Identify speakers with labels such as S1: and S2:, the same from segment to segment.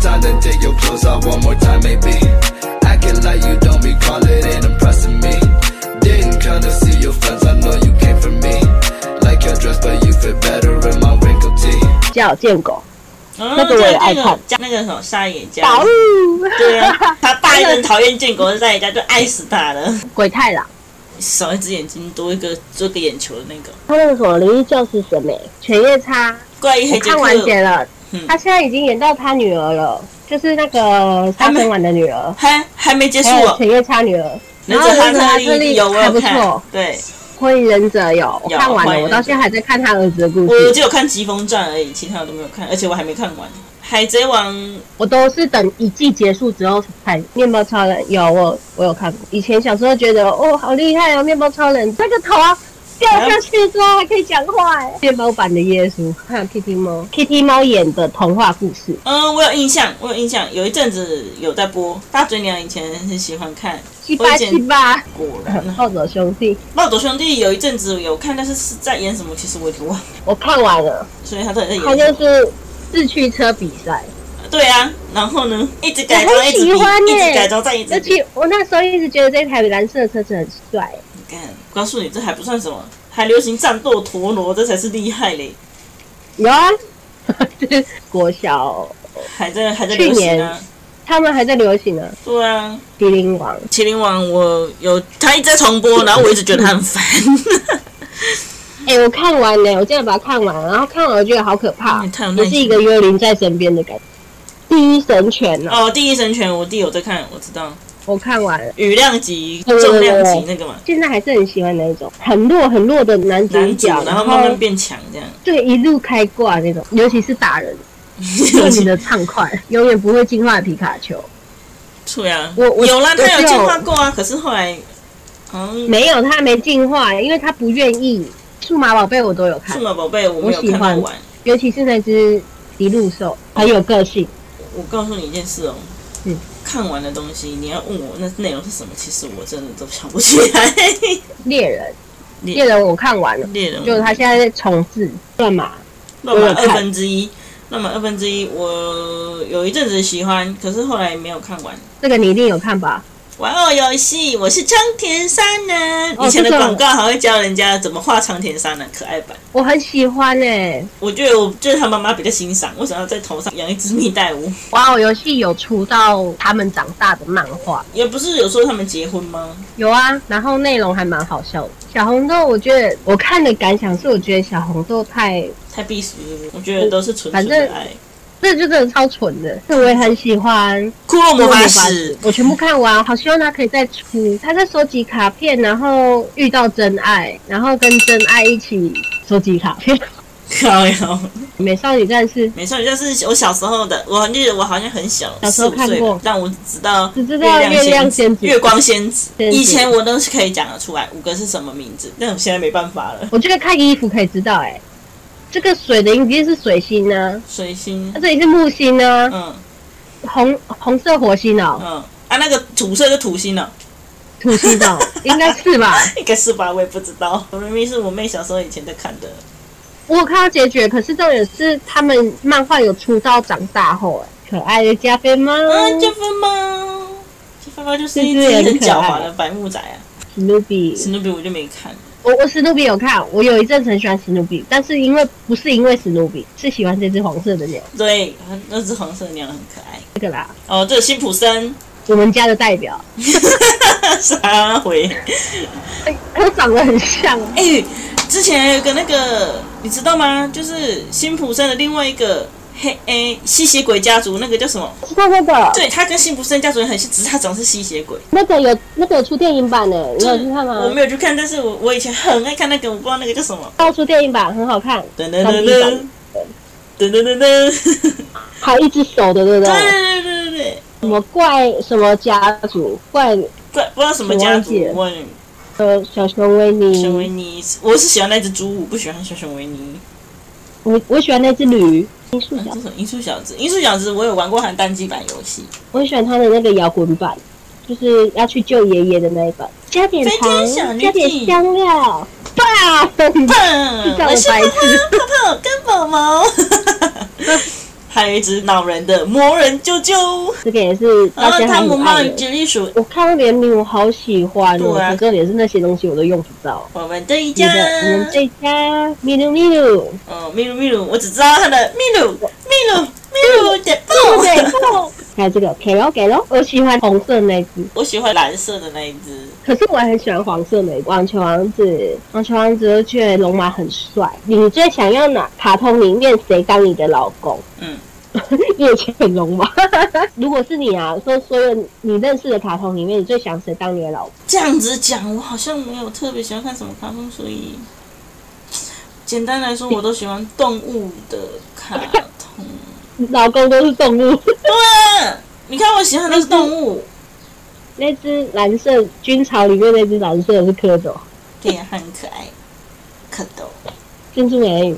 S1: time to take your clothes off one more time, maybe. Acting like you don't recall it ain't impressing me. Didn't come to see your friends, I know you came for me. Like your dress, but you fit better in my wrinkled tee.
S2: 叫贱狗，
S3: 嗯
S2: 那个我也爱
S3: 对
S2: 看
S3: 那个那个什么沙野家，
S2: 宝
S3: 对 啊，他爸一直很讨厌建国，沙野家就爱死他了，
S2: 鬼太郎，
S3: 少一只眼睛多一个多一个眼球的那个
S2: 他那个什么灵异教师神美犬夜叉，
S3: 怪异黑
S2: 我
S3: 杰
S2: 看完
S3: 克，
S2: 结了
S3: 哎嗯，
S2: 他现在已经演到他女儿了，就是那个杀生丸的女儿，
S3: 还还没结束
S2: 还有
S3: 哦。
S2: 犬夜叉女儿，
S3: 忍
S2: 然
S3: 者
S2: 后
S3: 哈
S2: 忍者
S3: 特
S2: 哈特
S3: 利
S2: 利
S3: 有我
S2: 还
S3: 有
S2: 不
S3: 看
S2: 错，，
S3: 对
S2: 火影忍者有，我
S3: 有
S2: 看完
S3: 火影
S2: 了，
S3: 忍
S2: 我
S3: 者
S2: 到现在还在看他儿子的故
S3: 我
S2: 事，
S3: 只有看《疾风传》而已，其他我都没有看，而且我还没看完《海贼王》。
S2: 我都是等一季结束之后才看。面包超人有我，我有看过。以前小时候觉得哦，好厉害哦，面包超人那个头啊掉下去之后还可以讲话哎。 面包版的耶稣，还有 Kitty 猫，Kitty 猫演的童话故事，
S3: 嗯，我有印象，我有印象，有一阵子有在播。大嘴鸟以前很喜欢看，
S2: 七
S3: 我
S2: 八
S3: 以前
S2: 七八，
S3: 果然。
S2: 暴走兄弟，
S3: 暴走兄弟有一阵子有看，但是是在演什么，其实我有点忘了。
S2: 我看完了，
S3: 所以他到底在演
S2: 他
S3: 什
S2: 就
S3: 么？
S2: 是四驱车比赛。
S3: 对啊，然后呢，一直改
S2: 我
S3: 装，
S2: 很
S3: 一直比，
S2: 喜欢
S3: 一
S2: 耶
S3: 直改装，再一直
S2: 而
S3: 比。
S2: 且我那时候一直觉得这台蓝色的车子很帅，
S3: 干，我告诉你，这还不算什么，还流行战斗陀螺，这才是厉害嘞，
S2: 有啊， 就是国小
S3: 还在还在流
S2: 去
S3: 行啊
S2: 年。他们还在流行呢，
S3: 对啊，
S2: 《麒麟王》。
S3: 麒麟王我有，他一直在重播，然后我一直觉得他很 烦。
S2: 哎、我看完了，我真的把它看完，然后看完我觉得好可怕
S3: 嗯太有，耐
S2: 也
S3: 心
S2: 是一个幽灵在身边的感觉。第一神犬哦，
S3: 哦，《第一神拳》我弟有在看，我知道，
S2: 我看完了，
S3: 羽量级、
S2: 对
S3: 重量级那个嘛，
S2: 现在还是很喜欢那一种很弱很弱的男主
S3: 男主，
S2: 角，
S3: 然后慢慢变强这样。
S2: 对一路开挂那种，尤其是打 人，用你的畅快，永远不会进化的皮卡丘。
S3: 对啊，
S2: 我我
S3: 有啦，
S2: 我
S3: 他
S2: 只
S3: 有
S2: 有
S3: 进化过啊，可是后来好像
S2: 没有，他还没进化，欸因为他不愿意。数码宝贝我都有看
S3: 数，码宝贝我没有
S2: 我喜
S3: 看到
S2: 欢
S3: 完。
S2: 尤其是那只迪路兽，很有个性。
S3: 我告诉你一件事哦，
S2: 嗯
S3: 看完的东西你要问我那内容是什么，其实我真的都想不起来。
S2: 猎人，
S3: 猎嗯
S2: 猎人我看完了，
S3: 猎人
S2: 就是他现在在重置乱码，
S3: 乱码
S2: 我有
S3: 二
S2: 看
S3: 分之一，乱码二分之一，我有一阵子喜欢，可是后来没有看完。
S2: 这个你一定有看吧？
S3: 玩偶游戏，我是长田三男。
S2: 哦
S3: 以前的
S2: 这个
S3: 广告还会教人家怎么画长田三男可爱版。
S2: 我很喜欢呢、欸
S3: 我觉得我对他妈妈比较欣赏，为什么要在头上养一只蜜袋鼯？
S2: 玩偶游戏有出到他们长大的漫画，
S3: 也不是有说他们结婚吗？
S2: 有啊，然后内容还蛮好笑的。小红豆，我觉得我看的感想是，我觉得小红豆太，
S3: 太避俗了，我觉得都是纯纯的爱。
S2: 这就真的超蠢的，我也很喜欢。
S3: 骷髅魔法
S2: 我
S3: 使，
S2: 我全部看完，好希望他可以再出。他在收集卡片，然后遇到真爱，然后跟真爱一起收集卡片。
S3: 靠呀！
S2: 美少女战士
S3: 美少女战士，我小时候的，我记得我好像很小，
S2: 小时候
S3: 四五岁
S2: 看过
S3: 但我只知道
S2: 只知道
S3: 月
S2: 月亮
S3: 仙
S2: 仙
S3: 子、
S2: 子
S3: 月光仙子。
S2: 仙子
S3: 以前我都是可以讲得出来五个是什么名字，但我现在没办法了。
S2: 我觉得看衣服可以知道、哎，这个水的印记是水星呢、
S3: 水星
S2: 啊，，这里是木星啊呢、
S3: 嗯
S2: 红红色火星哦、
S3: 嗯，啊，那个土色就土星了，
S2: 土星 哦、应该是吧？
S3: 应该是吧？我也不知道。哆瑞咪是我妹小时候以前在看的，
S2: 我有看到结局，可是重点是他们漫画有出到长大后、哎，可爱的加菲猫，
S3: 啊，加菲猫，加菲猫就是一只
S2: 这只也
S3: 很
S2: 很可
S3: 狡
S2: 爱
S3: 猾的白木仔啊。
S2: 史努比，
S3: 史努比我就没看，
S2: 我我史努比有看，我有一阵子很喜欢史努比，但是因为不是因为史努比，是喜欢这只黄色的鸟，
S3: 对，那只黄色的鸟很可爱。
S2: 这个啦，
S3: 哦，这个辛普森，
S2: 我们家的代表，
S3: 啥回？
S2: 哎、它长得很像，
S3: 哎、之前还有个那个，你知道吗？就是辛普森的另外一个黑哎、吸血鬼家族，那个叫什么？
S2: 知道那个
S3: 对，他跟辛普森家族也很像，只是他长得是吸血鬼。
S2: 那个有那个有出电影版的，你
S3: 就
S2: 有
S3: 是
S2: 去看
S3: 我
S2: 吗？
S3: 没有去看，但是我我以前很爱看那个，我不知道那个叫什么。
S2: 到出电影版很好看，
S3: 噔噔
S2: 装
S3: 噔
S2: 逼版
S3: 噔，噔噔噔噔，
S2: 还有一只手的，对不
S3: 对
S2: 对？
S3: 对对对对，
S2: 什么怪什么家族怪
S3: 不不知道什么家
S2: 我
S3: 族
S2: 忘记，了
S3: 我忘了
S2: 呃小熊维
S3: 小
S2: 尼，
S3: 维尼，我是喜欢那只猪，我不喜欢小熊维尼。
S2: 我我喜欢那只驴，金树
S3: 啊
S2: 小
S3: 这，种《音速小子》，《音速小子》我有玩过它的单机版游戏，
S2: 我很喜欢它的那个摇滚版，就是要去救爷爷的那一版，加点
S3: 飞天小
S2: 糖，
S3: 女
S2: 加
S3: 警
S2: 点香料，棒！
S3: 笨，
S2: 叫
S3: 嗯我
S2: 我
S3: 是
S2: 白
S3: 泡
S2: 痴
S3: 泡泡泡跟宝宝。还有一只恼人的魔人啾啾，
S2: 这个也是
S3: 然
S2: 大
S3: 后
S2: 家
S3: 汤
S2: 很
S3: 姆
S2: 爱
S3: 猫与
S2: 的。
S3: 吉利鼠，
S2: 我看到联名，我好喜欢哦。
S3: 对啊
S2: 可是重点是那些东西我都用不到。
S3: 我们这一
S2: 你
S3: 家
S2: 的，，我们这家米鲁米鲁，
S3: 哦，秘鲁秘鲁，我只知道他的秘鲁秘鲁秘鲁的
S2: 对
S3: 布，
S2: 还有这个给喽给喽，我喜欢红色那一只，
S3: 我喜欢蓝色的那一只，
S2: 可是我也很喜欢黄色的网球王子。网球王子觉得龙马很帅。你最想要哪？卡通里面谁当你的老公？
S3: 嗯，
S2: 夜犬龙马。 如果是你啊，说所有你认识的卡通里面，你最想谁当你的老公？
S3: 这样子讲，我好像没有特别喜欢看什么卡通，所以简单来说，我都喜欢动物的卡通。
S2: 老公都是动物。
S3: 对啊，你看我喜欢的都是动物，
S2: 那只蓝色军曹里面那只蓝色的是蝌蚪，
S3: 对呀，它很可爱，蝌蚪。
S2: 珍珠美人鱼。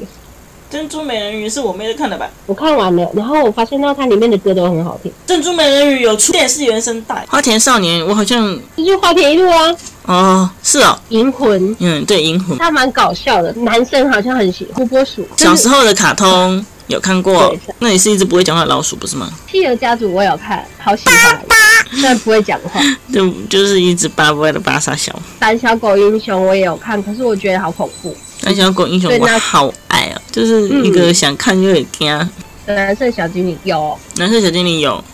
S3: 珍珠美人鱼是我妹在看的吧？
S2: 我看完了，然后我发现到它里面的歌都很好听，
S3: 珍珠美人鱼有出电视原声带，《花田少年》我好像
S2: 这就是花田一路啊，
S3: 哦，是哦，
S2: 银魂，
S3: 嗯，对，银魂，
S2: 它蛮搞笑的，男生好像很喜欢。波波鼠，
S3: 小
S2: 就是
S3: 时候的卡通有看过
S2: 对，
S3: 那也是一只不会讲话的老鼠，不是吗？
S2: 企鹅家族我有看，好喜欢，虽然不会讲话。
S3: 就就是一只巴不爱的巴萨小，
S2: 胆小狗英雄我也有看，可是我觉得好恐怖。
S3: 但小狗英雄
S2: 对
S3: 我
S2: 那
S3: 好爱哦，就是一个想看又得听啊。
S2: 蓝色小精灵有，
S3: 蓝色小精灵有，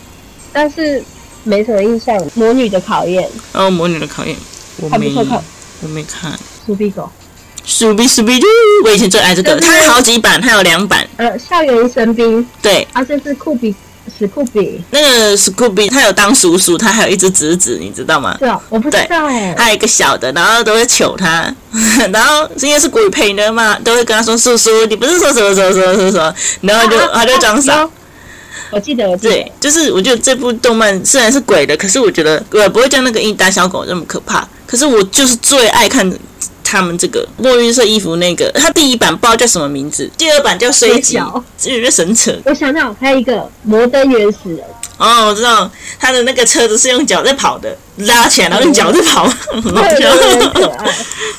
S2: 但是没什么印象。魔女的考验，
S3: 然后哦魔女的考验，我
S2: 还不
S3: 没
S2: 错看。
S3: 我没看。
S2: 苏比狗，
S3: 鼠比鼠比嘟，我以前最爱这个，
S2: 对对
S3: 它有好几版，它有两版。
S2: 呃，校园神兵，
S3: 对，
S2: 啊，这是酷比史酷比，
S3: 那个 Scooby 它有当鼠鼠，它还有一只侄子，你知道吗？
S2: 是哦，我不知道哎、
S3: 还有一个小的，然后都会求他， 然后是因为是国语配音的嘛，都会跟他说：“叔叔，你不是说什么什么什么什么什么？”然后就
S2: 啊
S3: 他就装傻。。
S2: 有我记得，我记
S3: 对
S2: 得，，
S3: 就是我觉得这部动漫虽然是鬼的，可是我觉得我不会像那个一打小狗那么可怕。可是我就是最爱看他们这个墨绿色衣服那个，它第一版不知道叫什么名字，第二版叫衰
S2: 水
S3: 吉
S2: 饺，
S3: 这有点神扯。
S2: 我想到还有一个摩登原始 人，
S3: 哦，我知道他的那个车子是用脚在跑的，拉起来然后用脚在跑，很好
S2: 对，
S3: 笑
S2: 我觉得 很可爱。啊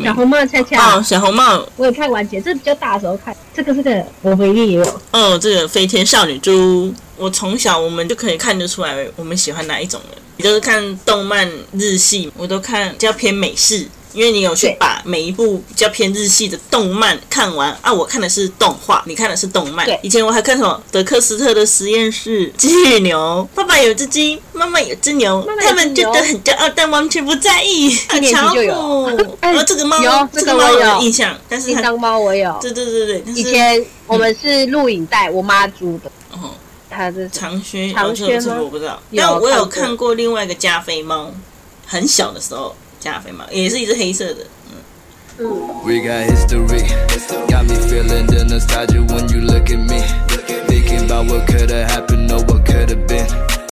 S2: 小红帽恰恰
S3: 哦，，小红帽，
S2: 我也看完结，这比较大的时候看，这个这个我回忆也有。
S3: 哦，这个飞天少女猪，我从小我们就可以看得出来我们喜欢哪一种人。你就是看动漫日系，我都看比较偏美式，因为你有去
S2: 对
S3: 把每一部比较偏日系的动漫看完啊。我看的是动画，你看的是动漫
S2: 对。
S3: 以前我还看什么德克斯特的实验室、巨牛，爸爸有只鸡，妈妈有只牛，
S2: 妈妈有只
S3: 他们觉得
S2: 牛
S3: 很骄傲，但完全不在 意。
S2: 一年级
S3: 巧
S2: 就 有
S3: 虎，
S2: 哎
S3: 然后这个猫，
S2: 有
S3: 这
S2: 这
S3: 个
S2: 个
S3: 猫
S2: 我有
S3: 有印象，但 是
S2: 叮
S3: 它，
S2: 当猫我有，
S3: 对对对对，但是
S2: 以前我们是录影带，我妈租的。
S3: 哦
S2: 哦，她这是
S3: 长靴，
S2: 长靴吗
S3: 这个我不知道，
S2: 有
S3: 但我有
S2: 看过
S3: 看过另外一个加菲猫，很小的时候加菲猫也是一只黑色的，
S2: 嗯，
S1: We got history. Got me feeling the nostalgia when you look at me. Thinking about what could have happened or what